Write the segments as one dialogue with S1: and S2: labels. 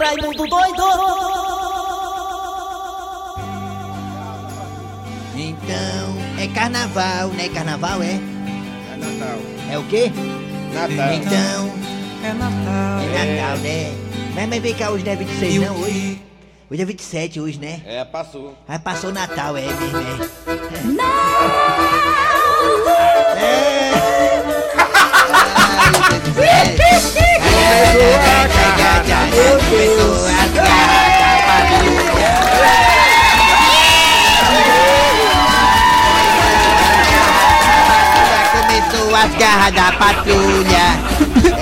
S1: Raimundo doido!
S2: Então, é carnaval, né? Carnaval é?
S3: É Natal.
S2: É o quê?
S3: Natal.
S2: Então,
S4: É Natal.
S2: é Natal, né? Mas, mas vem cá, hoje não é 26
S4: E o
S2: não, hoje?
S4: que
S2: Hoje é 27 hoje, né?
S3: É, passou.
S2: Aí passou o Natal, é mesmo, é. Começou as garras da patrulha.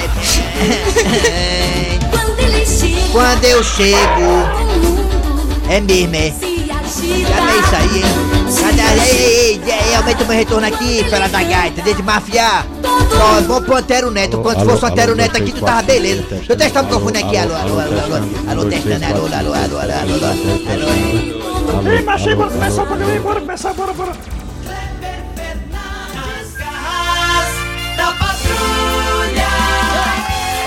S5: Quando ele chega,
S2: Quando eu chego,
S5: o mundo
S2: é mesmo, é.
S5: se agita.
S2: Cadê isso aí, hein? Cadê? Ei, ei, ei, ei, aumenta o meu retorno aqui, fera da gaita, deixa de mafiar. Ó, vou pro Antero Neto, quando
S6: Alô,
S2: fosse o Antero
S6: alô,
S2: Neto
S6: dois,
S2: aqui, tu
S6: quatro,
S2: tava beleza.
S6: testando.
S2: Deixa eu testar o
S6: Alô,
S2: microfone aqui, alô, alô, alô, alô,
S6: testando.
S2: alô,
S6: Dois,
S2: testando,
S6: três,
S2: alô,
S6: quatro,
S2: alô, alô, alô, alô, alô, alô, alô.
S6: Ei, machinho, bora começar o programa.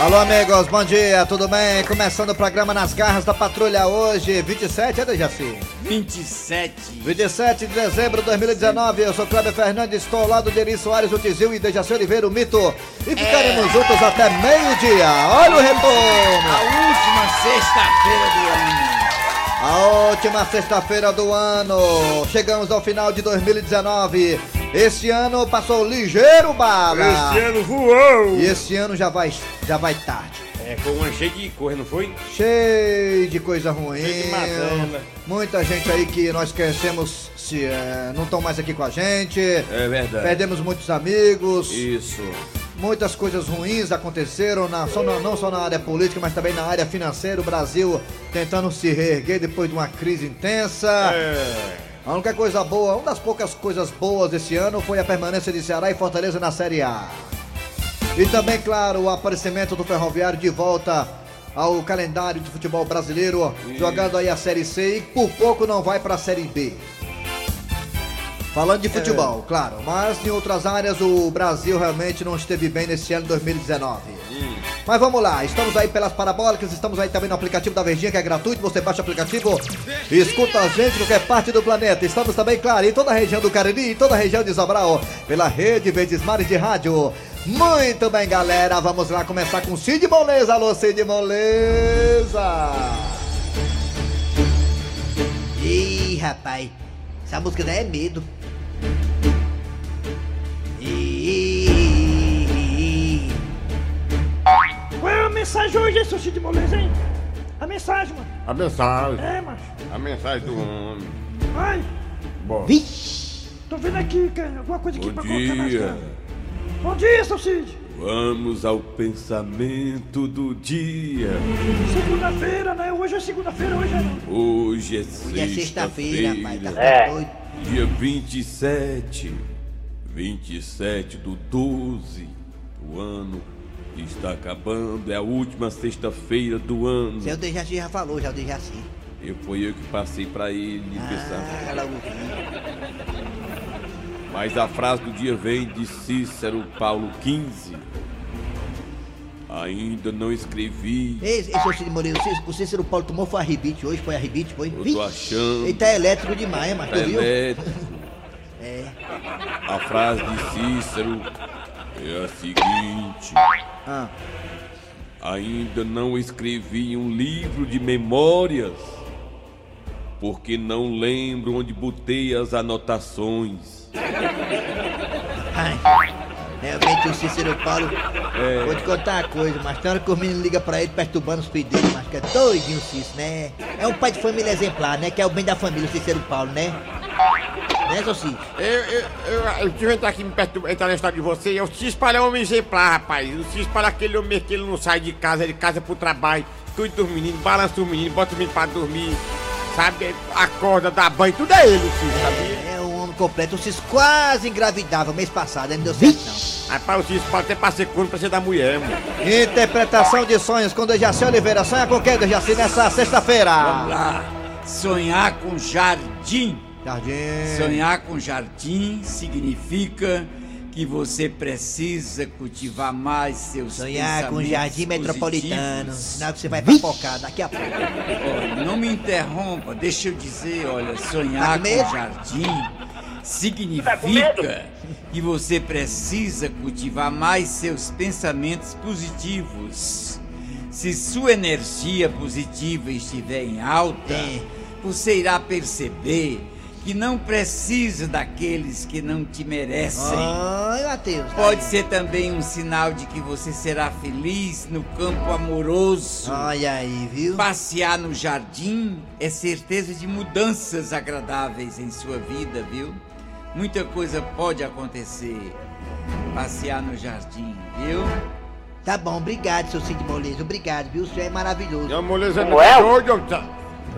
S3: Alô, amigos, bom dia, tudo bem? Começando o programa Nas Garras da Patrulha hoje, 27, é, Dejaci?
S4: 27.
S3: 27 de dezembro de 2019, eu sou Cláudio Fernandes, estou ao lado de Eri Soares, o Tizil e Dejaci Oliveira, o Mito. E ficaremos juntos até meio-dia. Olha o
S4: A
S3: retorno!
S4: última sexta-feira do ano.
S3: A última sexta-feira do ano. Chegamos ao final de 2019. Este ano passou ligeiro bala.
S7: Esse ano voou!
S3: E este ano já vai, já vai tarde.
S7: É, foi
S8: um
S7: uma cheia de cor, não foi?
S3: Cheio de coisa ruim.
S7: Cheio de matéria.
S3: Muita gente aí que nós conhecemos se, eh, não estão mais aqui com a gente.
S7: É verdade.
S3: Perdemos muitos amigos.
S7: Isso.
S3: Muitas coisas ruins aconteceram, na- só na- não só na área política, mas também na área financeira. O Brasil tentando se reerguer depois de uma crise intensa.
S7: É.
S3: A única coisa boa, uma das poucas coisas boas desse ano foi a permanência de Ceará e Fortaleza na Série A. E também, claro, o aparecimento do Ferroviário de volta ao calendário de futebol brasileiro, jogando aí a Série C e por pouco não vai pra Série B. Falando de futebol, claro, mas em outras áreas o Brasil realmente não esteve bem nesse ano de 2019. Mas vamos lá, estamos aí pelas parabólicas, estamos aí também no aplicativo da Verdinha, que é gratuito, você baixa o aplicativo e escuta a gente em qualquer parte do planeta. Estamos também, claro, em toda a região do Cariri, em toda a região de Sobral, pela rede Verdes Mares de Rádio. Muito bem, galera, vamos lá começar com Cid Moleza. Alô, Cid Moleza!
S2: Ih, rapaz, essa música daí é medo. Ih,
S9: Qual é a mensagem hoje, seu Cid Moleza, hein? A mensagem, mano.
S7: A mensagem.
S9: É, macho.
S7: A mensagem do homem.
S9: Ai,
S7: Bom,
S9: tô vendo aqui cara, alguma coisa aqui
S7: bom
S9: pra colocar nas
S7: dia.
S9: caras. Bom dia, seu Cid.
S7: Vamos ao pensamento do dia.
S9: Segunda-feira, né? Hoje é segunda-feira, hoje é não.
S7: Hoje é
S2: hoje é sexta-feira, rapaz, tá
S7: sexta-feira.
S2: ficando doido.
S7: Dia 27, 27 do 12, o ano está acabando, é a última sexta-feira do ano.
S2: Seu Dejaci já falou, já o Dejaci.
S7: Eu foi eu que passei pra ele e
S2: Ah,
S7: pensava.
S2: ela ouviu.
S7: Mas a frase do dia vem de Cícero Paulo 15. Ainda não escrevi,
S2: Ei, ei, seu Cid Moreira, o Cícero- o Cícero Paulo tomou foi arrebite hoje, foi arrebite, foi?
S7: eu
S2: Vixe,
S7: tô achando. tá
S2: Ele tá elétrico demais, mas tu viu?
S7: elétrico.
S2: É.
S7: A frase de Cícero é a seguinte.
S3: Ah.
S7: Ainda não escrevi um livro de memórias, porque não lembro onde botei as anotações.
S2: Ai, realmente o Cícero Paulo,
S4: É.
S2: vou te contar uma coisa, mas tem hora que os meninos ligam pra ele perturbando os filhos dele, mas que é doidinho o Cícero, né? É um pai de família exemplar, né? Que é o bem da família, o Cícero Paulo, né? Né, seu Cícero?
S8: É Eu, eu, eu, eu tive entrar aqui me perturbar, entrar na história de você. Eu se espalhar um homem exemplar, rapaz. Eu se espalhar aquele homem que ele não sai de casa, ele casa pro trabalho, cuida dos meninos, balança os meninos, bota os meninos pra dormir, sabe? Acorda, dá banho, tudo é ele, Cis, sabia?
S2: É um homem completo, o Cícero quase engravidava mês passado, aí não deu certo não.
S8: Rapaz, o Cis pode até pra ser corno pra ser da mulher, mano.
S3: Interpretação de sonhos com Dejaci Oliveira. Sonha com quem, Dejaci, nessa sexta-feira?
S4: Lá. Sonhar com jardim.
S3: Jardim.
S4: Sonhar com jardim significa que você precisa cultivar mais seus
S2: Sonhar com o
S4: pensamentos
S2: jardim metropolitano.
S4: positivos.
S2: Senão que você vai papocar daqui a pouco.
S4: Olha, não me interrompa, deixa eu dizer, olha,
S2: Tá
S4: sonhar
S2: com
S4: com
S2: medo?
S4: o jardim
S9: Tá com medo?
S4: significa que você precisa cultivar mais seus pensamentos positivos. Se sua energia positiva estiver em alta,
S2: É.
S4: você irá perceber que não precisa daqueles que não te merecem.
S2: Ai, Matheus. tá
S4: Pode
S2: aí.
S4: ser também um sinal de que você será feliz no campo amoroso.
S2: Olha aí, viu?
S4: Passear no jardim é certeza de mudanças agradáveis em sua vida, viu? Muita coisa pode acontecer. Passear no jardim, viu?
S2: Tá bom, obrigado, seu Cid Moleza. Obrigado, viu? O senhor é maravilhoso.
S8: Não, moleza
S9: Como
S8: não
S9: é?
S8: é doido, homem, tá,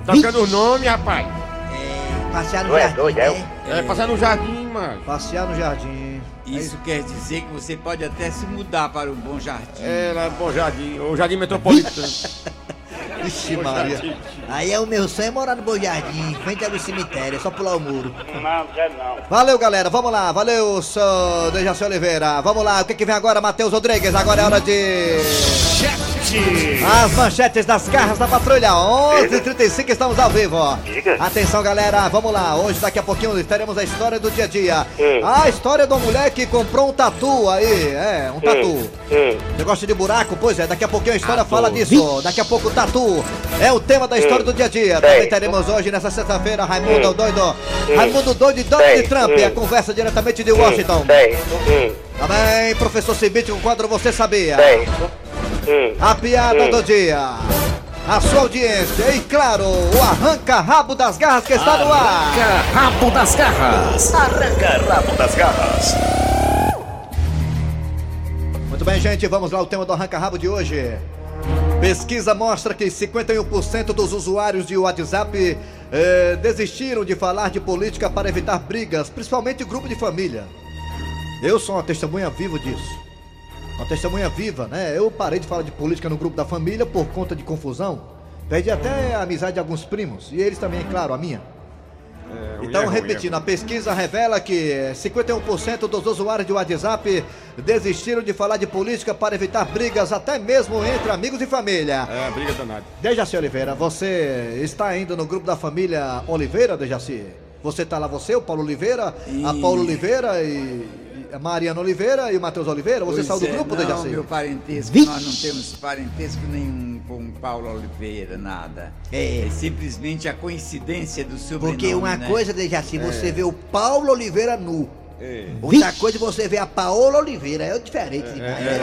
S8: tá ficando o nome, rapaz.
S2: É, passear no
S9: Tu é
S2: jardim,
S9: doido, é?
S2: né?
S8: É, passar no jardim, mano.
S3: Passear no jardim.
S8: É
S4: Isso quer dizer que você pode até se mudar para um bom jardim.
S8: É, lá pro jardim, o jardim metropolitano.
S3: Ixi, Maria.
S2: Aí é o meu sonho é morar no Bom Jardim, em frente ao cemitério, é só pular o muro.
S9: Não, não quero não.
S3: Valeu, galera. Vamos lá. Valeu, seu Dejaci Oliveira. Vamos lá. O que, que vem agora, Matheus Rodrigues? Agora é hora de. As manchetes das garras da patrulha. 11h35, estamos ao vivo.
S9: Diga.
S3: Atenção, galera. Vamos lá. Hoje, daqui a pouquinho, teremos a história do dia a dia.
S9: Hum.
S3: A história de uma mulher que comprou um tatu aí. É, um tatu. Você gosta de buraco? Pois é, daqui a pouquinho a história fala disso. Daqui a pouco o tatu é o tema da história do dia a dia. Também teremos hoje, nessa sexta-feira, Raimundo Doido. Raimundo Doido e Donald Trump. A conversa diretamente de Washington. Também, professor Cibite, com o quadro Você Sabia. A piada do dia. A sua audiência. E claro, o arranca-rabo das garras que está no ar.
S1: Rabo das garras.
S3: Muito bem, gente, vamos lá. O tema do arranca-rabo de hoje. Pesquisa mostra que 51% dos usuários de WhatsApp eh, desistiram de falar de política para evitar brigas, principalmente grupo de família. Eu sou uma testemunha viva disso. Uma testemunha viva, né? Eu parei de falar de política no grupo da família por conta de confusão. Perdi até a amizade de alguns primos, e eles também, é claro, a minha.
S7: É,
S3: Então, repetindo, a pesquisa revela que 51% dos usuários de WhatsApp desistiram de falar de política para evitar brigas, até mesmo entre amigos e família.
S8: É, briga danada.
S3: Dejaci Oliveira, você está ainda no grupo da família Oliveira, Dejaci? Você tá lá, você, o Paulo Oliveira, a
S4: Ih.
S3: Paula Oliveira e e a Mariana Oliveira e o Matheus Oliveira? Você
S4: Pois
S3: saiu do
S4: é,
S3: grupo,
S4: não,
S3: Dejaci?
S4: meu parentesco, nós não temos parentesco nenhum com o Paulo Oliveira, nada.
S2: É.
S4: simplesmente a coincidência do sobrenome,
S2: Porque uma
S4: né?
S2: coisa, Dejaci, você vê o Paulo Oliveira nu.
S8: É.
S2: Outra coisa, você vê a Paola Oliveira. É diferente demais.
S4: É,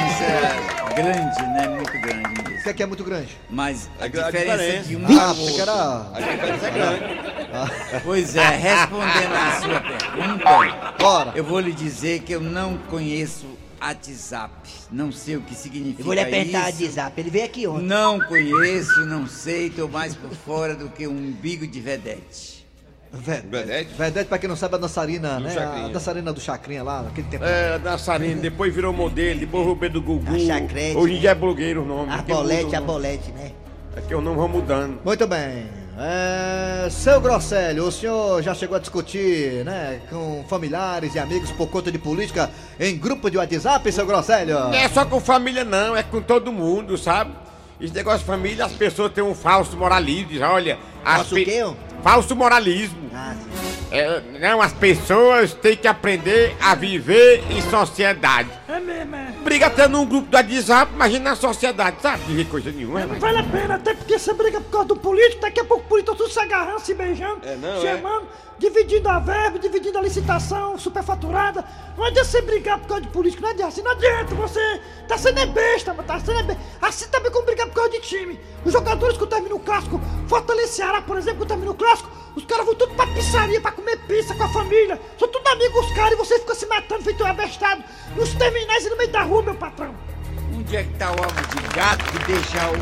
S4: a diferença grande, né? Muito grande
S3: O
S4: mesmo.
S3: que é que é muito grande?
S4: Mas a
S7: É grande a
S4: diferença,
S7: diferença.
S4: de um
S3: Ah,
S4: ao
S3: pensei que
S4: outro.
S3: era...
S7: A diferença é grande.
S4: Pois é, respondendo à sua pergunta,
S3: Bora.
S4: eu vou lhe dizer que eu não conheço WhatsApp. Não sei o que significa
S2: Eu vou lhe apertar o
S4: isso.
S2: WhatsApp. Ele veio aqui ontem.
S4: Não conheço, não sei, tô mais por fora do que um umbigo de vedete.
S3: Ve-
S7: Vedete?
S3: Vedete, pra quem não sabe, a dançarina, né?
S7: Chacrinha.
S3: A dançarina do Chacrinha lá, naquele tempo.
S8: É, dançarina, depois virou modelo, depois roubei do Gugu.
S2: A chacrete.
S8: Hoje em dia é blogueiro o nome. porque
S2: Arbolete,
S8: muda o nome.
S2: arbolete, né?
S8: É que eu não vou mudando.
S3: Muito bem. É, seu Grosselio, o senhor já chegou a discutir, né, com familiares e amigos por conta de política em grupo de WhatsApp, seu Grosselio?
S8: Não é só com família, não, é com todo mundo, sabe? Esse negócio de família, as pessoas têm um falso moralismo. diz, Olha, as
S2: Falso
S8: pe-
S2: o quê, ó?
S8: Falso moralismo.
S2: Ah, sim.
S8: É, não, as pessoas têm que aprender a viver em sociedade.
S9: É mesmo, é.
S8: Briga até num grupo do WhatsApp, imagina na sociedade, sabe? Viver coisa nenhuma, né,
S9: Não
S8: rapaz.
S9: vale a pena, até porque você briga por causa do político, daqui a pouco o político tudo se agarrando, se beijando,
S7: É, não,
S9: chamando, dividindo a verba, dividindo a licitação, superfaturada. Não adianta você brigar por causa de político, não adianta, assim, não adianta, você tá sendo é besta, mas tá sendo é besta. Assim também como brigar por causa de time. Os jogadores que terminam o clássico, Fortaleza e Ceará, por exemplo, que terminam o clássico, os caras vão tudo pra pizzaria pra comer pizza com a família. São tudo amigos os caras e você fica se matando feito um abestado nos terminais e no meio da rua, meu patrão.
S4: Onde é que tá o ovo de gato que deixa o,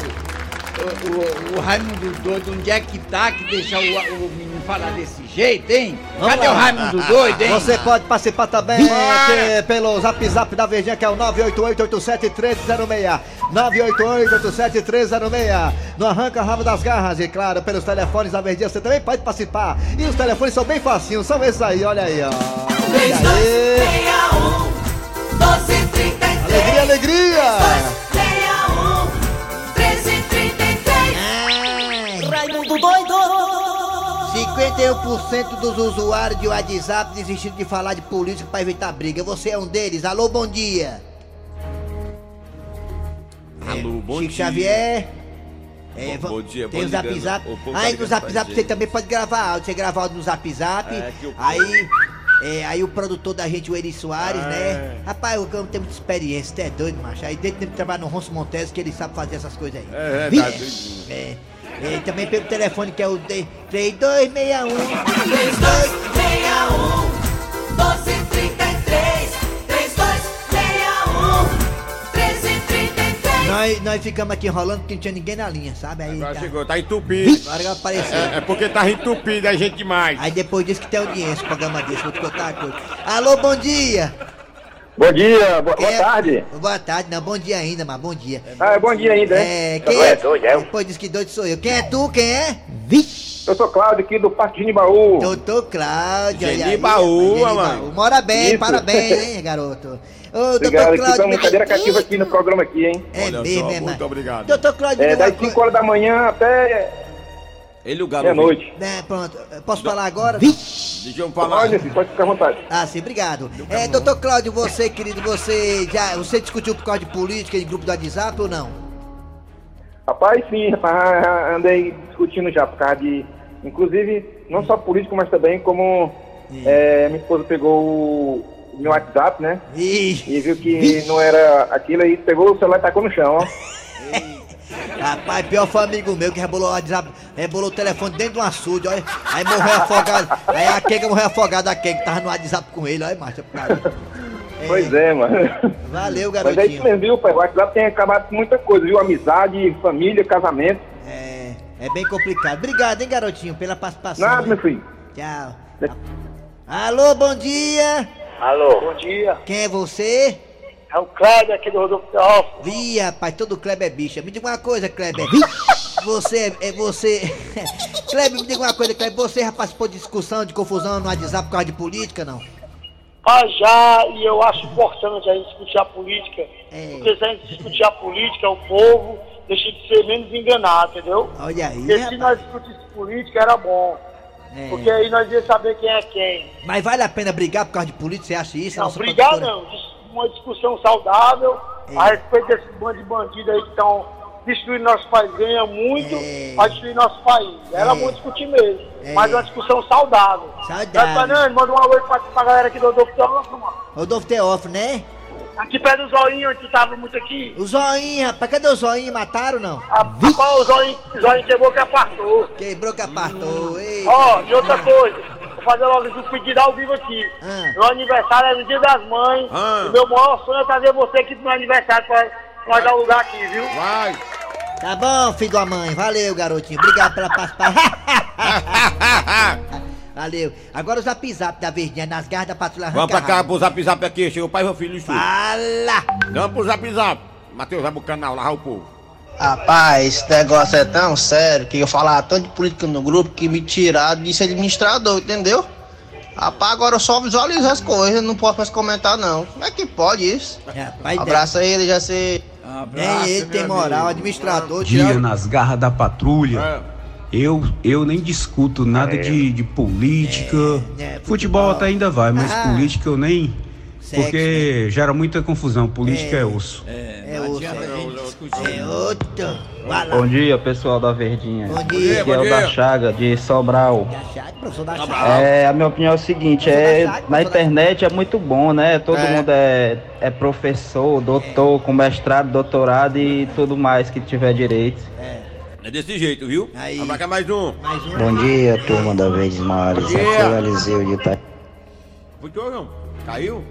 S4: o, o, o Raimundo Doido? Onde é que tá que deixa o, o menino falar desse jeito, hein? Cadê o Raimundo Doido, hein?
S3: Você pode participar também que- pelo zap zap da Verdinha, que é o 988-87-1306. 988-87-1306. No Arranca Rabo das Garras. E claro, pelos telefones da Verdinha você também pode participar. E os telefones são bem facinhos, são esses aí, olha aí, ó. Olha aí.
S10: um,
S3: Alegria, alegria!
S5: Raimundo doido!
S2: 51% dos usuários de WhatsApp desistiram de falar de política pra evitar briga. Você é um deles. Alô, bom dia.
S7: Alô, bom
S2: É, Chico
S7: dia.
S2: Xavier. É,
S7: Bom- bom dia,
S2: Tem
S7: bom
S2: o Zap
S7: ligando.
S2: Zap.
S7: O povo tá
S2: Aí no
S7: ligando
S2: Zap
S7: pra
S2: Zap você
S7: gente.
S2: também pode gravar áudio. Você grava áudio no Zap Zap.
S7: É, que o povo-
S2: Aí. é, aí o produtor da gente, o Eri Soares,
S7: Ah, é.
S2: né? Rapaz, o Gama tem muita experiência, tu é doido, macho. Aí dentro tempo trabalha no Ronço Montes que ele sabe fazer essas coisas aí.
S7: É,
S2: Vixe,
S7: tá doidinho.
S2: é. E também pega o telefone que é o D- 3261 3261 Nós, nós ficamos aqui enrolando porque não tinha ninguém na linha, sabe? Aí
S8: Agora
S2: tá,
S8: chegou, tá entupido.
S2: agora apareceu.
S8: É, é porque tá entupido, é gente demais.
S2: Aí depois disso que tem audiência, o programa desse, vou te contar uma coisa. Alô, bom dia!
S11: Bom dia, boa, boa
S2: É-
S11: tarde.
S2: Boa tarde, não, bom dia ainda, mas bom dia.
S11: Ah, é bom dia ainda,
S2: É,
S11: hein?
S2: quem
S11: Eu,
S2: é?
S11: doido, é. eu.
S2: Depois diz que doido sou eu. Quem é tu, quem é? Vixe!
S11: Eu sou Cláudio aqui do Parque de Nibaú.
S2: Doutor Cláudio, olha aí,
S8: Genibaú,
S2: rapaz,
S8: mano.
S2: Genibaú. Mora bem,
S11: Isso.
S2: parabéns, hein, garoto. Ô,
S11: Obrigado,
S2: doutor
S11: aqui
S2: Cláudio,
S11: estamos
S2: me-
S11: cadeira cativa aqui no programa aqui, hein?
S2: É
S7: Olha
S2: mesmo,
S7: só,
S2: é,
S7: muito
S2: mano.
S7: obrigado.
S2: Doutor Cláudio,
S11: É,
S2: me dá uma
S11: das 5 horas da manhã até
S7: Ele e o galo.
S11: meia-noite.
S2: É, pronto. Posso falar agora? Vixe!
S7: Deixa eu falar.
S11: Pode, filho, pode ficar à vontade.
S2: Ah, sim, obrigado. É, doutor Cláudio, você, querido, você já. Você discutiu por causa de política em grupo do WhatsApp ou não?
S11: Rapaz, sim, rapaz, andei discutindo já por causa de. Inclusive, não só político, mas também como é, minha esposa pegou o meu WhatsApp, né?
S2: Ih,
S11: E viu que não era aquilo aí, pegou o celular e tacou no chão, ó.
S2: rapaz, pior foi um amigo meu que rebolou o WhatsApp, rebolou o telefone dentro de um açude, olha. Aí morreu afogado. Aí a Kega morreu afogada, a Kega tava no WhatsApp com ele, olha, macho.
S11: Pois é, mano.
S2: Valeu,
S11: Mas é isso
S2: garotinho.
S11: mesmo, viu, pai? O WhatsApp tem acabado com muita coisa, viu? Amizade, família, casamento.
S2: É, é bem complicado. Obrigado, hein, garotinho, pela participação.
S11: Nada,
S2: hein.
S11: meu filho.
S2: Tchau. Alô, bom dia.
S11: Alô.
S10: Bom dia,
S2: Quem é você?
S10: é o Cláudio aqui do Rodolfo Teófilo.
S2: Ih, rapaz, todo Kleber é bicha. Me diga uma coisa, Kleber. Você é você. Kleber, me diga uma coisa, Kleber. Você já participou de discussão, de confusão no WhatsApp por causa de política, não?
S10: Ah, já, e eu acho importante a gente discutir a política,
S2: É.
S10: porque se a gente discutir a política, o povo deixa de ser menos enganado, entendeu?
S2: Olha aí,
S10: Porque se
S2: rapaz.
S10: nós discutíssemos política, era bom,
S2: É.
S10: porque aí nós ia saber quem é quem.
S2: Mas vale a pena brigar por causa de política, você acha isso? é
S10: Não,
S2: Nossa
S10: brigar
S2: produtora?
S10: não, dis- uma discussão saudável
S2: É.
S10: a respeito desse bando de bandidos aí que estão destruindo nosso país, ganha muito
S2: É.
S10: pra destruir nosso país. Era
S2: É.
S10: bom discutir mesmo,
S2: É.
S10: mas uma discussão saudável.
S2: Saudável.
S10: Mas, Fernando, manda um alô pra, pra galera aqui do Rodolfo Teófilo, mano.
S2: Rodolfo Teófilo, né?
S10: Aqui perto do Zoinho, onde tu tava muito aqui.
S2: O Zoinha, rapaz, cadê o Zoinha? Mataram não?
S10: A, a, Ah, o Zoinho, o Zoinho quebrou que apartou.
S2: Quebrou que apartou. Ei,
S10: Hum. Ó, e outra coisa, vou fazer logo isso, um pedido ao vivo aqui.
S2: Ah.
S10: Meu aniversário é no dia das mães.
S7: Ah.
S10: E meu maior sonho é trazer você aqui pro meu aniversário pra, pra dar lugar aqui, viu?
S8: Vai.
S2: Tá bom, filho da mãe. Valeu, garotinho. Obrigado pela participação. Valeu. Agora o zap zap da verdinha nas garras da patrulha
S8: Vamos pra
S2: arranca
S8: cá,
S2: rabo.
S8: pro zap zap aqui. Chegou o pai e o filho do sul.
S2: Fala!
S8: Vamos pro zap zap. Matheus, vai pro canal, lá o povo.
S12: Rapaz, esse negócio é tão sério que eu falava tanto de política no grupo que me tiraram de ser administrador, entendeu? Rapaz, agora eu só visualizo as coisas, não posso mais comentar não. Como é que pode isso?
S2: Rapaz,
S12: Abraça ele, já sei.
S4: Um abraço,
S2: nem ele tem
S4: meu
S2: moral,
S4: amigo.
S2: administrador,
S1: Dia
S2: tira.
S1: nas garras da
S2: É.
S1: patrulha. Eu, eu nem discuto nada de, de
S2: É,
S1: política.
S2: é, futebol.
S1: futebol até ainda vai, mas
S2: Ah.
S1: política eu nem.
S2: Sexo, né?
S1: porque gera muita confusão. Política
S2: É.
S1: é, osso.
S4: É,
S2: É
S4: não
S2: osso,
S4: adianta
S2: é
S4: a gente discutir.
S2: É outro. Vai lá.
S12: dia, pessoal da Verdinha.
S2: Bom dia.
S7: Bom dia.
S12: Chaga, de Sobral.
S2: Da Chaga, professor da Chaga.
S12: É, a minha opinião é o seguinte, é, na internet é muito bom, né? Todo
S2: É.
S12: mundo é, é professor, doutor, com mestrado, doutorado e tudo mais que tiver direito.
S8: É desse jeito, viu?
S2: Aí.
S8: Vamos pra cá mais um.
S2: Mais um.
S12: Bom dia, turma da Verdes Mares.
S8: Bom dia. Aqui é o
S12: Eliseu de Ita...
S8: Putou não? Caiu?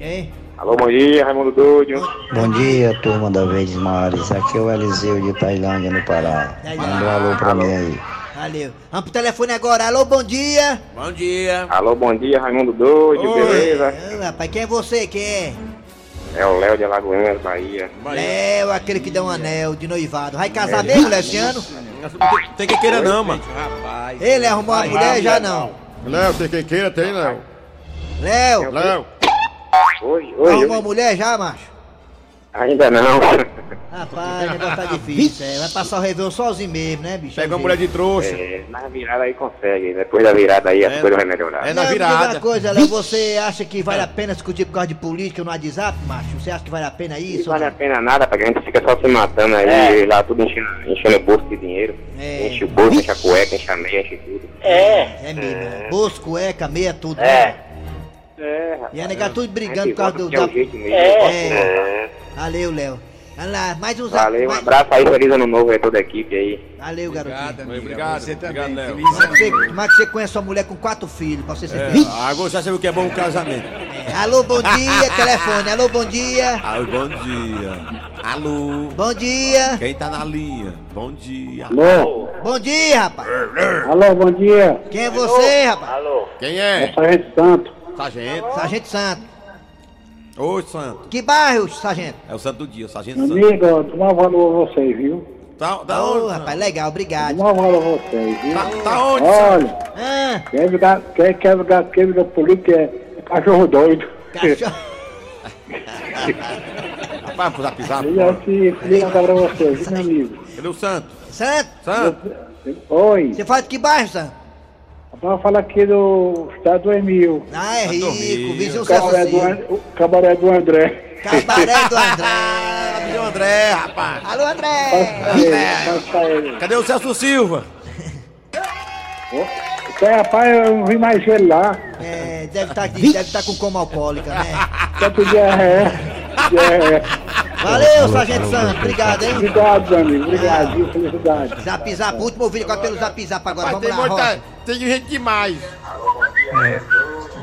S2: É.
S11: Alô, bom dia, Raimundo Doido.
S12: Bom dia, turma da Verdes Mares. Aqui é o Eliseu de Tailândia, no Pará.
S2: Aí,
S12: Manda um alô pra mim aí.
S2: Valeu. Vamos pro telefone agora. Alô, bom dia.
S8: Bom dia.
S11: Alô, bom dia, Raimundo Doido,
S8: Oi.
S11: beleza?
S2: Ô, rapaz, quem é você? Quem é?
S11: É o Léo de Alagoinhas, Bahia.
S2: Léo, aquele que deu um anel de noivado. Vai casar mesmo, Léo, esse ano?
S7: Tem que queira não, mano.
S4: Rapaz.
S2: Ele arrumou a mulher já não.
S8: Léo, tem quem queira, tem, Léo.
S2: Léo!
S8: Léo!
S11: Oi, oi.
S2: Arrumou
S11: oi.
S2: a mulher já, macho?
S11: Ainda não.
S2: Rapaz, o negócio tá difícil, é. Vai passar o Réveillon sozinho mesmo, né, bicho?
S8: Pega uma mulher de trouxa.
S11: É, na virada aí consegue. Depois da virada aí as
S8: É.
S11: coisas vão melhorar.
S8: É na
S2: Não, me diga
S8: virada.
S2: Uma coisa, Léo, você acha que vale a pena discutir por causa de política no WhatsApp, macho? Você acha que vale a pena
S11: Não
S2: isso?
S11: vale a pena nada, porque a gente fica só se matando
S8: É.
S11: aí, lá tudo enchendo, enchendo o bolso de dinheiro. Enche o bolso, enche a cueca, enche a meia, enche tudo.
S2: É. É mesmo. né? Bolso, cueca, meia, tudo.
S11: É.
S2: né?
S11: É, rapaz.
S2: E a negar tudo brigando
S11: A gente
S2: por causa
S11: volta
S2: do-
S11: que é o
S2: da-
S11: jeito mesmo.
S2: É.
S11: É.
S2: Valeu, Léo. Vai lá, mais um zap.
S11: Valeu, um
S2: mais-
S11: abraço aí, feliz ano novo aí, toda a equipe aí.
S2: Valeu, garotinho.
S8: amigo. Obrigado, você também. Obrigado, Léo.
S2: Como é que você- Como é que você conhece sua mulher com quatro filhos, pra você ser
S8: É,
S2: feliz?
S8: agora já sabe o que é bom um casamento.
S2: É. Alô, bom dia, telefone. Alô, bom dia.
S13: Ai, Ah, bom dia. Alô.
S2: Bom dia.
S13: Quem tá na linha? Bom dia.
S11: Alô.
S2: Bom dia, rapaz.
S11: Alô, bom dia.
S2: Quem é você, rapaz?
S11: Alô.
S8: Quem é?
S11: Sargento Santo.
S8: Sargento.
S2: Sargento Santo.
S13: Ô, Santo.
S2: Que bairro, sargento?
S13: É o santo do dia, sargento Santo.
S10: Amigo, dá uma valor a vocês, viu?
S13: Tá, tá
S2: Ô,
S13: onde?
S2: rapaz, legal, obrigado.
S10: Dá uma valor a vocês, viu?
S13: Tá- tá onde,
S10: Olha,
S2: Ah,
S10: quem briga, quem, é quem briga, quem briga político é cachorro doido.
S2: cachorro.
S8: Vai pro zap zap.
S13: Tá.
S10: E assim, liga pra vocês, viu, meu amigo?
S8: Cadê o Santo?
S2: Santo,
S8: Santo?
S10: Oi,
S2: você fala de que bairro, Santo?
S10: eu falo aqui do estado do Emil.
S2: Ah, é rico, vizinho
S10: O cabaré do,
S2: Celso.
S10: An- o cabaré do André.
S2: Cabaré é do André.
S8: Cadê o André, rapaz?
S2: Alô, André.
S10: Passa ele, passa ele.
S8: Cadê o Celso Silva?
S12: É,
S10: Então, rapaz, eu não vi mais ele lá.
S2: É, deve estar deve tá com coma alcoólica, né?
S10: Tanto de
S11: é,
S10: ré.
S2: Valeu, Sargento Santos. Obrigado, hein?
S10: Obrigado, amigo. Obrigado, viu? Felicidade.
S2: Zap Zap, último vídeo agora pelo Zap Zap agora.
S8: Rapaz,
S2: Vamos
S8: tem,
S2: lá,
S8: muita,
S2: Rocha.
S8: tem gente demais.
S7: É,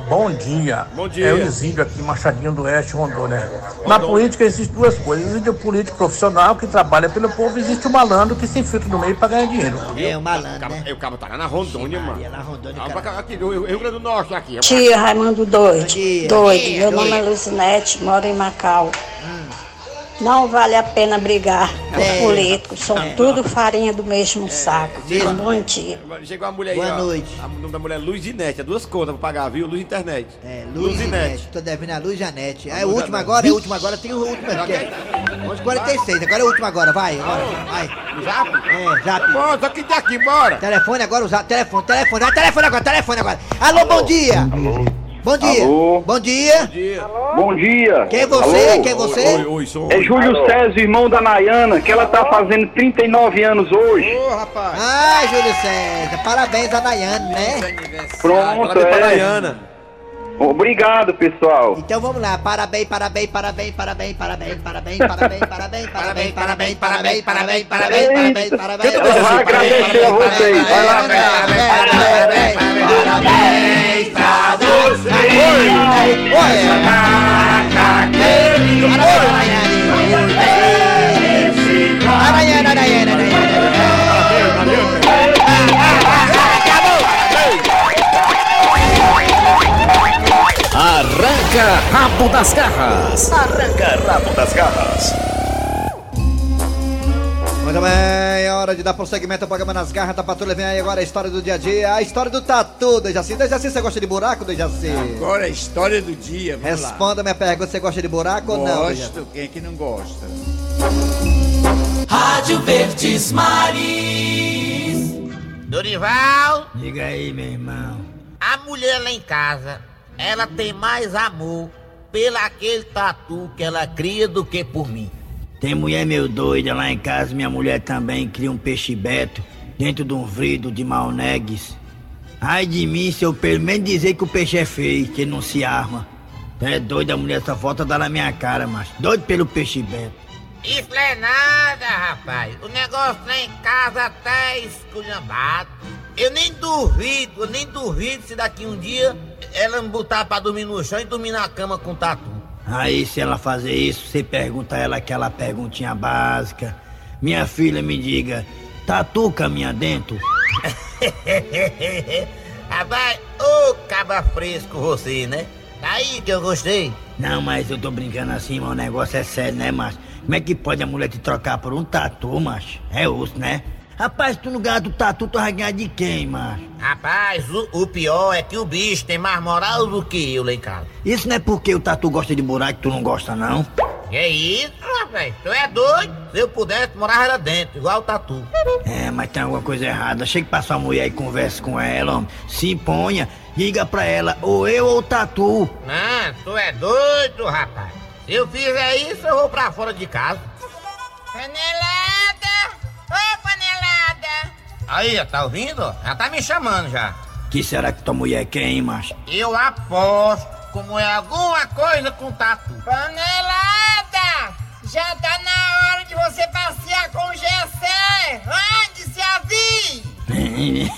S7: Bom dia.
S8: Bom dia.
S7: É o Exílio aqui, Machadinho do Oeste, Rondônia. Na política existem duas coisas. Existe o político profissional que trabalha pelo povo, existe o malandro que se infiltra no meio para ganhar dinheiro.
S2: É, o malandro, né?
S8: É, o cabo tá lá na Rondônia, mano.
S2: Maria, lá Rondônia,
S8: Ah,
S2: cara.
S8: pra cá, Aqui, do Rio Grande do Norte, aqui. rapaz.
S14: Tia Raimundo Doido.
S2: Tia.
S14: Doido.
S2: Tia,
S14: Meu
S2: doido.
S14: nome é Lucinete, moro em Macau.
S2: Ah,
S14: Não vale a pena brigar.
S2: É.
S14: Os políticos são tudo farinha do mesmo saco.
S8: Mesmo.
S14: Bom dia.
S8: Chegou a mulher aí,
S2: Boa
S8: ó.
S2: noite.
S8: A- O nome da mulher é Luz Inete. É duas contas pra pagar, viu? Luz Internet.
S2: É, Luz e Net. Tô devendo a Luz e a Net. É o
S8: Luz e
S2: último
S8: a Net.
S2: agora, é o último agora. Tem o último aqui.
S8: Onde
S2: 46, agora é o último agora. Vai, agora. Vai.
S8: Zap?
S2: É, Zap.
S8: Bora, só que tá aqui, bora.
S2: Telefone agora, usar telefone, telefone, vai, telefone agora, telefone agora. Alô, bom dia. Bom dia.
S12: Alô.
S2: Bom dia.
S12: Bom dia.
S2: Quem é você?
S12: Alô?
S2: Quem é você?
S13: Oi, oi, som.
S12: É Júlio César, irmão da Nayana, que ela tá fazendo 39 anos hoje.
S8: Ô, rapaz.
S2: Ai, Júlio César, parabéns a Daiane, né?
S12: Pronto,
S8: Parabéns pra
S12: é.
S8: Nayana.
S12: Obrigado, pessoal.
S2: Então vamos lá, parabéns, parabéns, parabéns, parabéns, parabéns, parabéns, parabéns, parabéns, parabéns, parabéns, parabéns, parabéns, parabéns, parabéns, parabéns.
S12: Ela vai agradecer a vocês. Vai lá,
S2: Parabéns pra você. Parabéns, Daiane, Daiane.
S15: Arranca rabo das garras. Arranca rabo das garras.
S3: Muito bem, é hora de dar prosseguimento ao programa nas garras da patrulha. Vem aí agora a história do dia a dia, a história do tatu, Dejaci. Dejaci, você gosta de buraco, Dejaci?
S4: Agora é a história do dia, vamos lá.
S3: Responda minha pergunta, você gosta de buraco ou não? Dejaci?
S4: Gosto, quem é que não gosta?
S5: Rádio Verdes Maris.
S16: Dorival,
S5: Diga aí, meu irmão.
S16: a mulher lá em casa, ela tem mais amor pelo aquele tatu que ela cria do que por mim.
S5: Tem mulher meu doida lá em casa, minha mulher também cria um peixe beto dentro de um vrido de malnegues. Ai de mim se eu pelo menos dizer que o peixe é feio, que ele não se arma. É doida a mulher, essa foto dá na minha cara, mas doido pelo peixe beto.
S16: Isso não é nada, rapaz. O negócio lá em casa tá esculhambado. Eu nem duvido, eu nem duvido se daqui um dia ela me botar pra dormir no chão e dormir na cama com tatu.
S5: Aí se ela fazer isso, você pergunta a ela aquela perguntinha básica. Minha filha me diga, tatu caminha dentro?
S16: É, rapaz, ô caba fresco você, né? Aí que eu gostei.
S5: Não, mas eu tô brincando assim, mas o negócio é sério, né, macho? Como é que pode a mulher te trocar por um tatu, macho? É osso, né? Rapaz, tu no lugar do tatu, tu vai ganhar de quem, macho?
S16: Rapaz, o, o pior é que o bicho tem mais moral do que eu lá em casa.
S5: Isso não é porque o tatu gosta de buraco e tu não gosta, não?
S16: Que isso, rapaz? Tu é doido? Se eu pudesse, morava lá dentro, igual o tatu.
S5: É, mas tem alguma coisa errada. Chega pra sua mulher e converse com ela, homem. Se imponha, diga pra ela, ou eu ou o tatu.
S16: Não, tu é doido, rapaz. Se eu fizer isso, eu vou pra fora de casa.
S17: Panelada! Ô, panelada!
S16: Aí, ó, tá ouvindo? Ela tá me chamando já.
S5: Que será que tua mulher quer, hein, macho?
S16: Eu aposto como é alguma coisa com tatu.
S17: Panelada! Já tá na hora de você passear com o GC! Ande, se avie!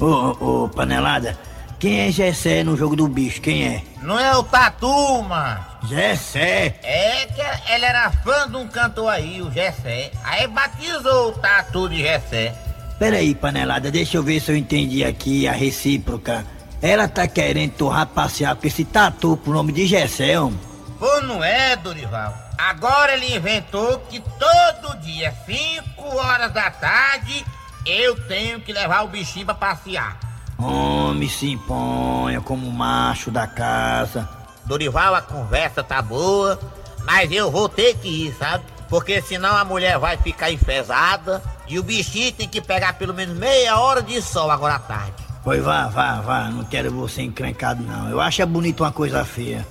S5: ô, ô, panelada, quem é Gessé no jogo do bicho? Quem é?
S16: Não é o Tatu, mano.
S5: Gessé?
S16: É que ele era fã de um cantor aí, o Gessé. Aí batizou o Tatu de Gessé.
S5: Peraí, panelada, deixa eu ver se eu entendi aqui a recíproca. Ela tá querendo tu passear com esse tatu pro nome de Gessé, homem.
S16: Pô, não é, Dorival? Agora ele inventou que todo dia, 5 horas da tarde, eu tenho que levar o bichinho pra passear.
S5: Homem, se imponha como um macho da casa.
S16: Dorival, a conversa tá boa, mas eu vou ter que ir, sabe? Porque senão a mulher vai ficar enfesada e o bichinho tem que pegar pelo menos meia hora de sol agora à tarde.
S5: Pois vá, vá, vá, não quero você encrencado não. Eu acho é bonito uma coisa feia.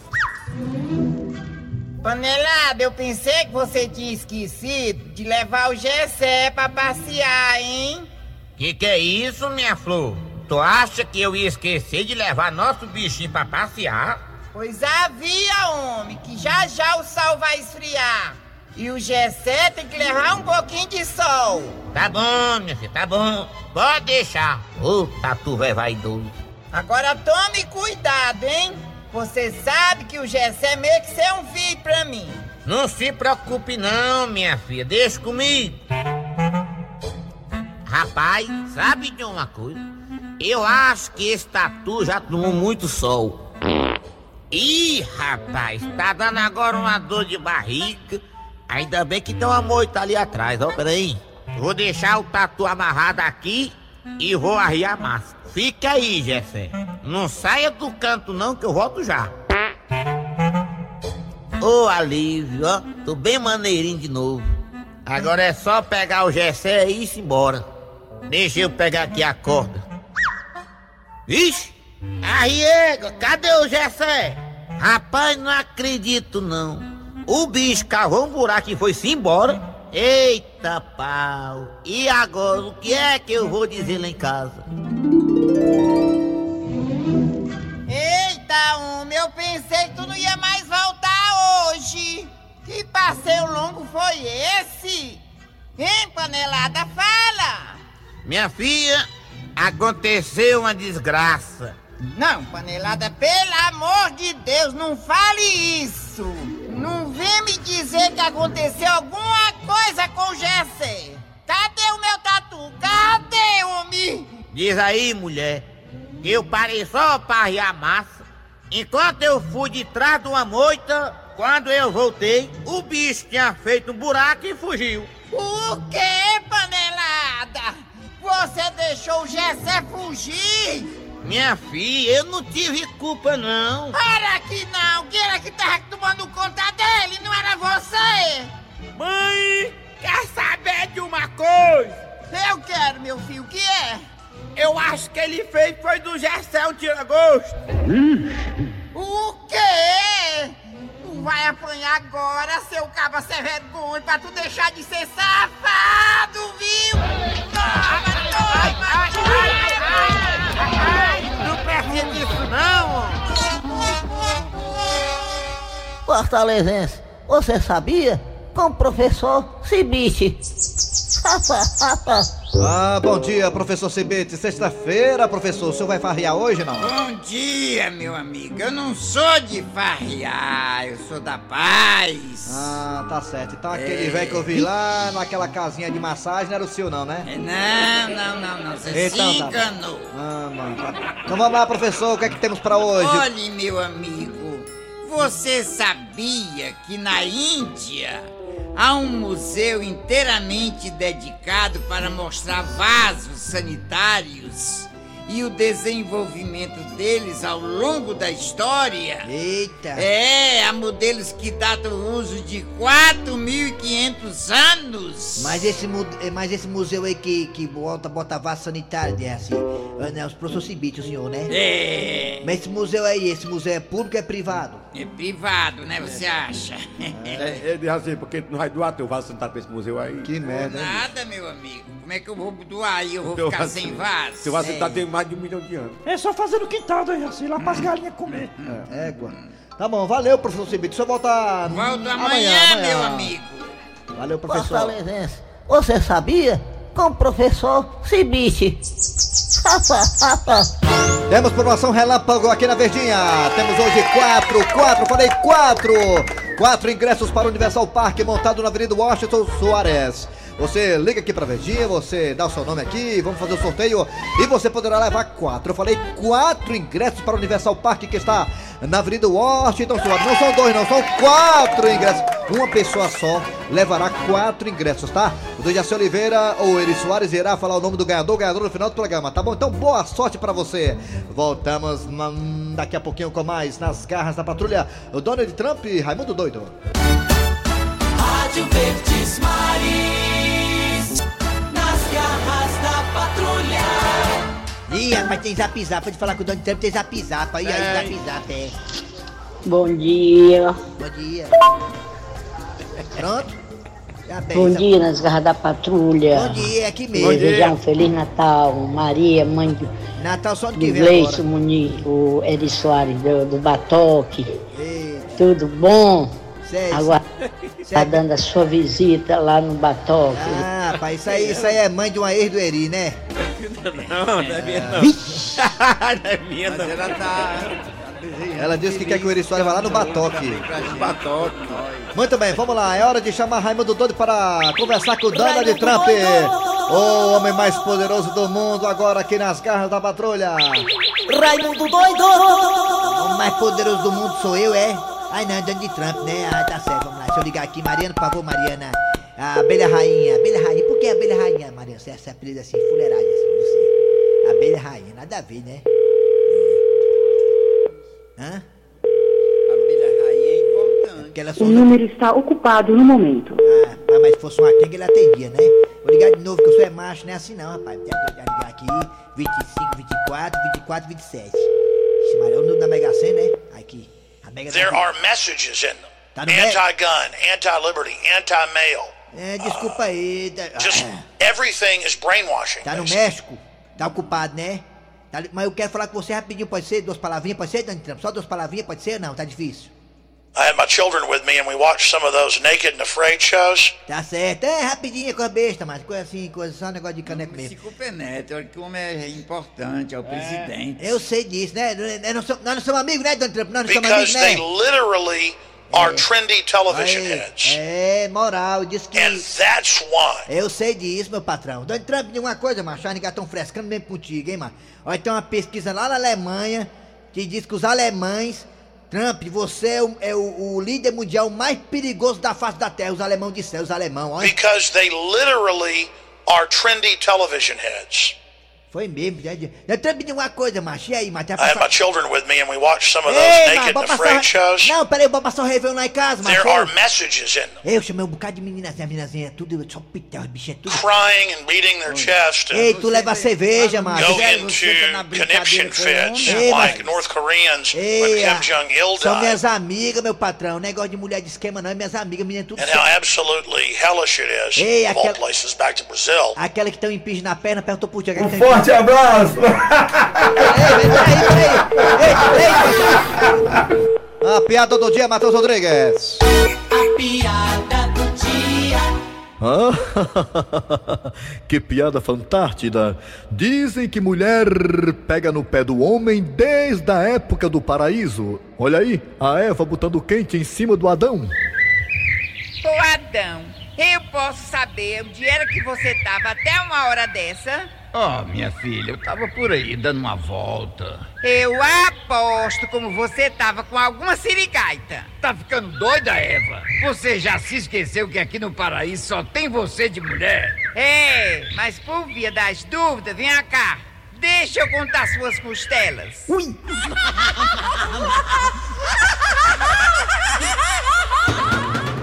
S17: Panelada, eu pensei que você tinha esquecido de levar o Gessé pra passear, hein?
S16: Que que é isso, minha flor? Tu acha que eu ia esquecer de levar nosso bichinho pra passear?
S17: Pois havia, homem, que já já o sol vai esfriar. E o Gessé tem que levar um pouquinho de sol.
S16: Tá bom, minha filha, tá bom. Pode deixar. Ô, tatu vai vaidoso.
S17: Agora tome cuidado, hein? Você sabe que o Gessé meio que é um filho pra mim.
S16: Não se preocupe não, minha filha. Deixa comigo. Rapaz, sabe de uma coisa? Eu acho que esse tatu já tomou muito sol.
S4: É.
S16: Ih, rapaz, tá dando agora uma dor de barriga. Ainda bem que tem uma moita ali atrás, ó, peraí. Vou deixar o tatu amarrado aqui e vou arriar a massa. Fica aí, Jessé. Não saia do canto não que eu volto já. Ô, alívio, ó. Tô bem maneirinho de novo. Agora é só pegar o Jessé e ir embora. Deixa eu pegar aqui a corda. Ixi! Arriego, cadê o Gessé? Rapaz, não acredito não. O bicho cavou um buraco e foi-se embora. Eita pau! E agora, o que é que eu vou dizer lá em casa?
S17: Eita, homem, eu pensei que tu não ia mais voltar hoje. Que passeio longo foi esse? Hein, panelada, fala!
S16: Minha filha, Aconteceu uma desgraça.
S17: Não, panelada, pelo amor de Deus, não fale isso. Não vem me dizer que aconteceu alguma coisa com o Jesse. Cadê o meu tatu? Cadê, homem?
S16: Diz aí, mulher, que eu parei só para rir a massa. Enquanto eu fui de trás de uma moita, quando eu voltei, o bicho tinha feito um buraco e fugiu.
S17: O quê, panelada? Você deixou o Gessé fugir!
S16: Minha filha, eu não tive culpa, não.
S17: Para que não! Quem era que tava tomando conta dele? Não era você!
S16: Mãe, quer saber de uma coisa?
S17: Eu quero, meu filho, o que é?
S16: Eu acho que ele fez foi do Gessé o tira-gosto.
S17: Hum? o quê? Tu vai apanhar agora, seu caba sem vergonha, pra tu deixar de ser safado, viu? Toma!
S16: Ai, ai, ai, ai, ai, não precisa disso não!
S18: Fortalezense, você sabia? Com o professor Cibite.
S3: ah, bom dia, professor Cibite. Sexta-feira, professor. O senhor vai farrear hoje, não?
S4: Bom dia, meu amigo. Eu não sou de farrear, eu sou da paz.
S3: Ah, tá certo. Então aquele é... velho que eu vi lá naquela casinha de massagem não era o seu, não, né?
S4: Não, não, não, não. Você então, se enganou. Tá
S3: ah, mano. Então vamos lá, professor. O que é que temos pra hoje?
S4: Olhe, meu amigo. Você sabia que na Índia Há um museu inteiramente dedicado para mostrar vasos sanitários e o desenvolvimento deles ao longo da história.
S2: Eita!
S4: É, há modelos que datam o uso de 4.500 anos.
S2: Mas esse, mu- eh, mas esse museu aí que, que bota, bota vaso sanitário, né? Assim, ah, né, os professor Cibite, o senhor, né?
S4: É.
S2: Mas esse museu aí, esse museu é público ou é privado?
S4: É privado, né? Você acha?
S8: É, é, assim, porque tu não vai doar teu vaso sanitário pra esse museu aí. Que merda.
S4: Nada, meu amigo. Como é que eu vou doar aí? Eu vou
S8: Teu
S4: ficar
S8: vaso-
S4: sem vaso?
S8: Teu vaso sanitário
S4: É.
S8: tem mais de um milhão de anos.
S9: É só fazer no quintal, dona Jaci, lá pras galinhas comer.
S3: É, égua. Tá bom, valeu, professor Cibite. Só voltar
S4: Volto
S18: amanhã, meu
S4: amigo.
S3: Valeu, professor.
S18: Fortalezense, você sabia? Com o professor Cibite.
S3: Temos promoção relâmpago aqui na Verdinha. Temos hoje quatro, quatro, falei quatro. Quatro ingressos para o Universal Parque montado na Avenida Washington Soares. Você liga aqui pra Verdinha, você dá o seu nome aqui, vamos fazer o sorteio e você poderá levar quatro. Eu falei quatro ingressos para o Universal Parque que está na Avenida Washington Soares. Não são dois, não, são quatro ingressos. Uma pessoa só levará quatro ingressos, tá? O do Jaci Oliveira ou Eri Soares irá falar o nome do ganhador, ganhador no final do programa, tá bom? Então boa sorte pra você. Voltamos hum, daqui a pouquinho com mais nas garras da patrulha. O Donald Trump e Raimundo Doido.
S19: Rádio Verdes Maris. Nas garras da patrulha.
S2: Ih, mas tem zap zap, pode falar com o Donald Trump, tem zap zap, aí, aí
S18: Tem.
S2: zap zap, é.
S20: Bom dia.
S2: Bom dia. Pronto? Já bem,
S20: Bom
S2: zap-
S20: dia nas garras da patrulha.
S2: Bom dia, é aqui mesmo. Bom
S20: Desejar
S2: dia.
S20: um Feliz Natal, Maria, mãe do,
S2: Natal só ano
S20: do
S2: que vem
S20: Gleison
S2: agora.
S20: Muniz, o Eri Soares, do, do Batoque.
S2: Ei,
S20: Tudo bom?
S2: César.
S20: Agora tá dando a sua visita lá no Batoque.
S2: Ah, rapaz, isso aí, isso aí é mãe de uma ex do Eri, né?
S8: Não, não é minha não. não é minha não.
S4: ela
S3: Ela disse que quer que o Eri Soares vá lá no
S8: tá
S3: Batoque.
S8: Batoque.
S3: Muito bem, vamos lá. É hora de chamar Raimundo Doido para conversar com o Donald Trump. O homem mais poderoso do mundo agora aqui nas garras da patrulha.
S2: Raimundo doido! O mais poderoso do mundo sou eu, é? Ai não, Donald Trump, né? Ah, tá certo, vamos lá. Deixa eu ligar aqui. Mariana, por favor, Mariana. A abelha rainha, abelha rainha. Por que abelha rainha, Mariana? Você é essa apelido assim, fuleiragem assim, você. Abelha rainha, nada a ver, né? É. Hã? Abelha rainha é importante. Porque ela só usa
S21: está ocupado no momento.
S2: Ah, mas se fosse uma quenga, ele atendia, né? Vou ligar de novo, que eu sou é macho, não é assim não, rapaz. Tem a ligar aqui, 25, 24, 24, 27. Ixi, Maria, é o número da Mega Sena, né? Aqui. A Mega
S22: There
S2: Sena.
S22: are messages in them.
S2: Tá no
S22: Anti-gun, anti-liberty, anti-male.
S2: É, desculpa aí. Tá,
S22: Just everything is brainwashing.
S2: tá no México? Tá ocupado, né? Tá li- mas eu quero falar com você rapidinho, pode ser? Duas palavrinhas, pode ser, Dani Trump? Só duas palavrinhas, pode ser? Não, tá difícil.
S22: I had my children with me, and we watched some of those naked and afraid shows.
S2: Tá certo. É, rapidinho, coisa besta, mas coisa assim, coisa só um negócio de caneco mesmo.
S4: O Penetra, olha que o homem é importante, é o presidente.
S2: Eu sei disso, né? Nós não somos, nós não somos amigos, né, Donald Trump? Nós não somos
S22: Because
S2: amigos,
S22: they
S2: né?
S22: literally are trendy television
S2: Aí,
S22: heads.
S2: é, moral, diz que.
S22: That's why.
S2: Eu sei disso, meu patrão. Donald Trump, de uma coisa, macho, a nega tão frescando mesmo contigo, hein, mano? Olha, tem uma pesquisa lá na Alemanha que diz que os alemães. Trump, você é o, é o- o líder mundial mais perigoso da face da terra. Os alemães disseram, os alemão, olha.
S22: Because they literally are trendy television heads.
S2: Foi mesmo, né? Donald Trump, de uma coisa, macho. E aí, macho?
S22: I had my children with me, and we watched some of those
S2: Ei,
S22: naked
S2: mano,
S22: and afraid shows.
S2: Não, peraí, vou passar o Réveillon lá em casa, macho.
S22: There are messages in them,
S2: Eu chamei um bocado de meninazinha, meninazinha, tudo, só pitel, bicho, é tudo.
S22: crying and beating their chest.
S2: Ei,
S22: And
S2: tu leva a cerveja, macho.
S22: Go into conniption fits
S2: Ei,
S22: like
S2: mas,
S22: North Koreans when
S2: ei,
S22: Kim
S2: ah,
S22: Jong Il
S2: são
S22: died,
S2: minhas amigas, meu patrão. Negócio de mulher de esquema não, é minhas amigas, menina tudo
S22: and
S2: certo.
S22: how absolutely hellish it is.
S2: Ei,
S22: of all
S2: aquela-
S22: places, back to Brazil.
S2: Aquela que tem um impinge na perna, perguntou pro Tiago. Um
S22: forte abraço.
S3: A piada do dia, Matheus Rodrigues.
S19: A piada do dia.
S23: Ah, que piada fantástica! Dizem que mulher pega no pé do homem desde a época do paraíso. Olha aí, a Eva botando quente em cima do Adão.
S24: Ô Adão, eu posso saber onde era que você estava até uma hora dessa?
S1: Oh, minha filha, eu tava por aí dando uma volta.
S17: Eu aposto como você tava com alguma sirigaita.
S1: Tá ficando doida, Eva? Você já se esqueceu que aqui no paraíso só tem você de mulher?
S17: É, mas por via das dúvidas, vem cá. Deixa eu contar suas costelas.
S1: Ui!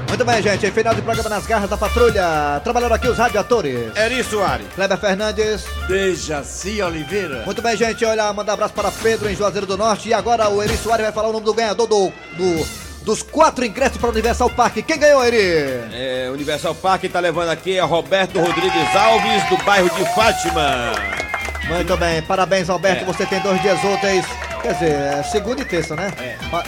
S3: Muito bem, gente. Final de programa nas garras da patrulha. Trabalharam aqui os radioatores.
S8: Eri Soares.
S3: Kleber Fernandes.
S4: Dejaci Oliveira.
S3: Muito bem, gente. Olha, mandar um abraço para Pedro em Juazeiro do Norte. E agora o Eri Soares vai falar o nome do ganhador do, do dos quatro ingressos para o Universal Park. Quem ganhou, Eri?
S8: É, Universal Park está levando aqui é Roberto Rodrigues Alves, do bairro de Fátima.
S3: Muito bem. Parabéns, Alberto. É. Você tem dois dias úteis. Quer dizer, é segunda e terça, né? É. Pa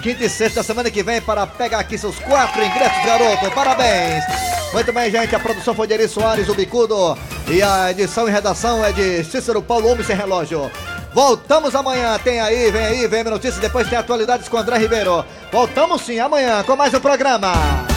S3: quinta e sexta semana que vem para pegar aqui seus quatro ingressos, garoto. Parabéns! Muito bem, gente. A produção foi de Eri Soares, o Bicudo. E a edição e redação é de Cícero Paulo Homem Sem Relógio. Voltamos amanhã. Tem aí, vem aí, vem notícias. Depois tem atualidades com André Ribeiro. Voltamos sim amanhã com mais um programa.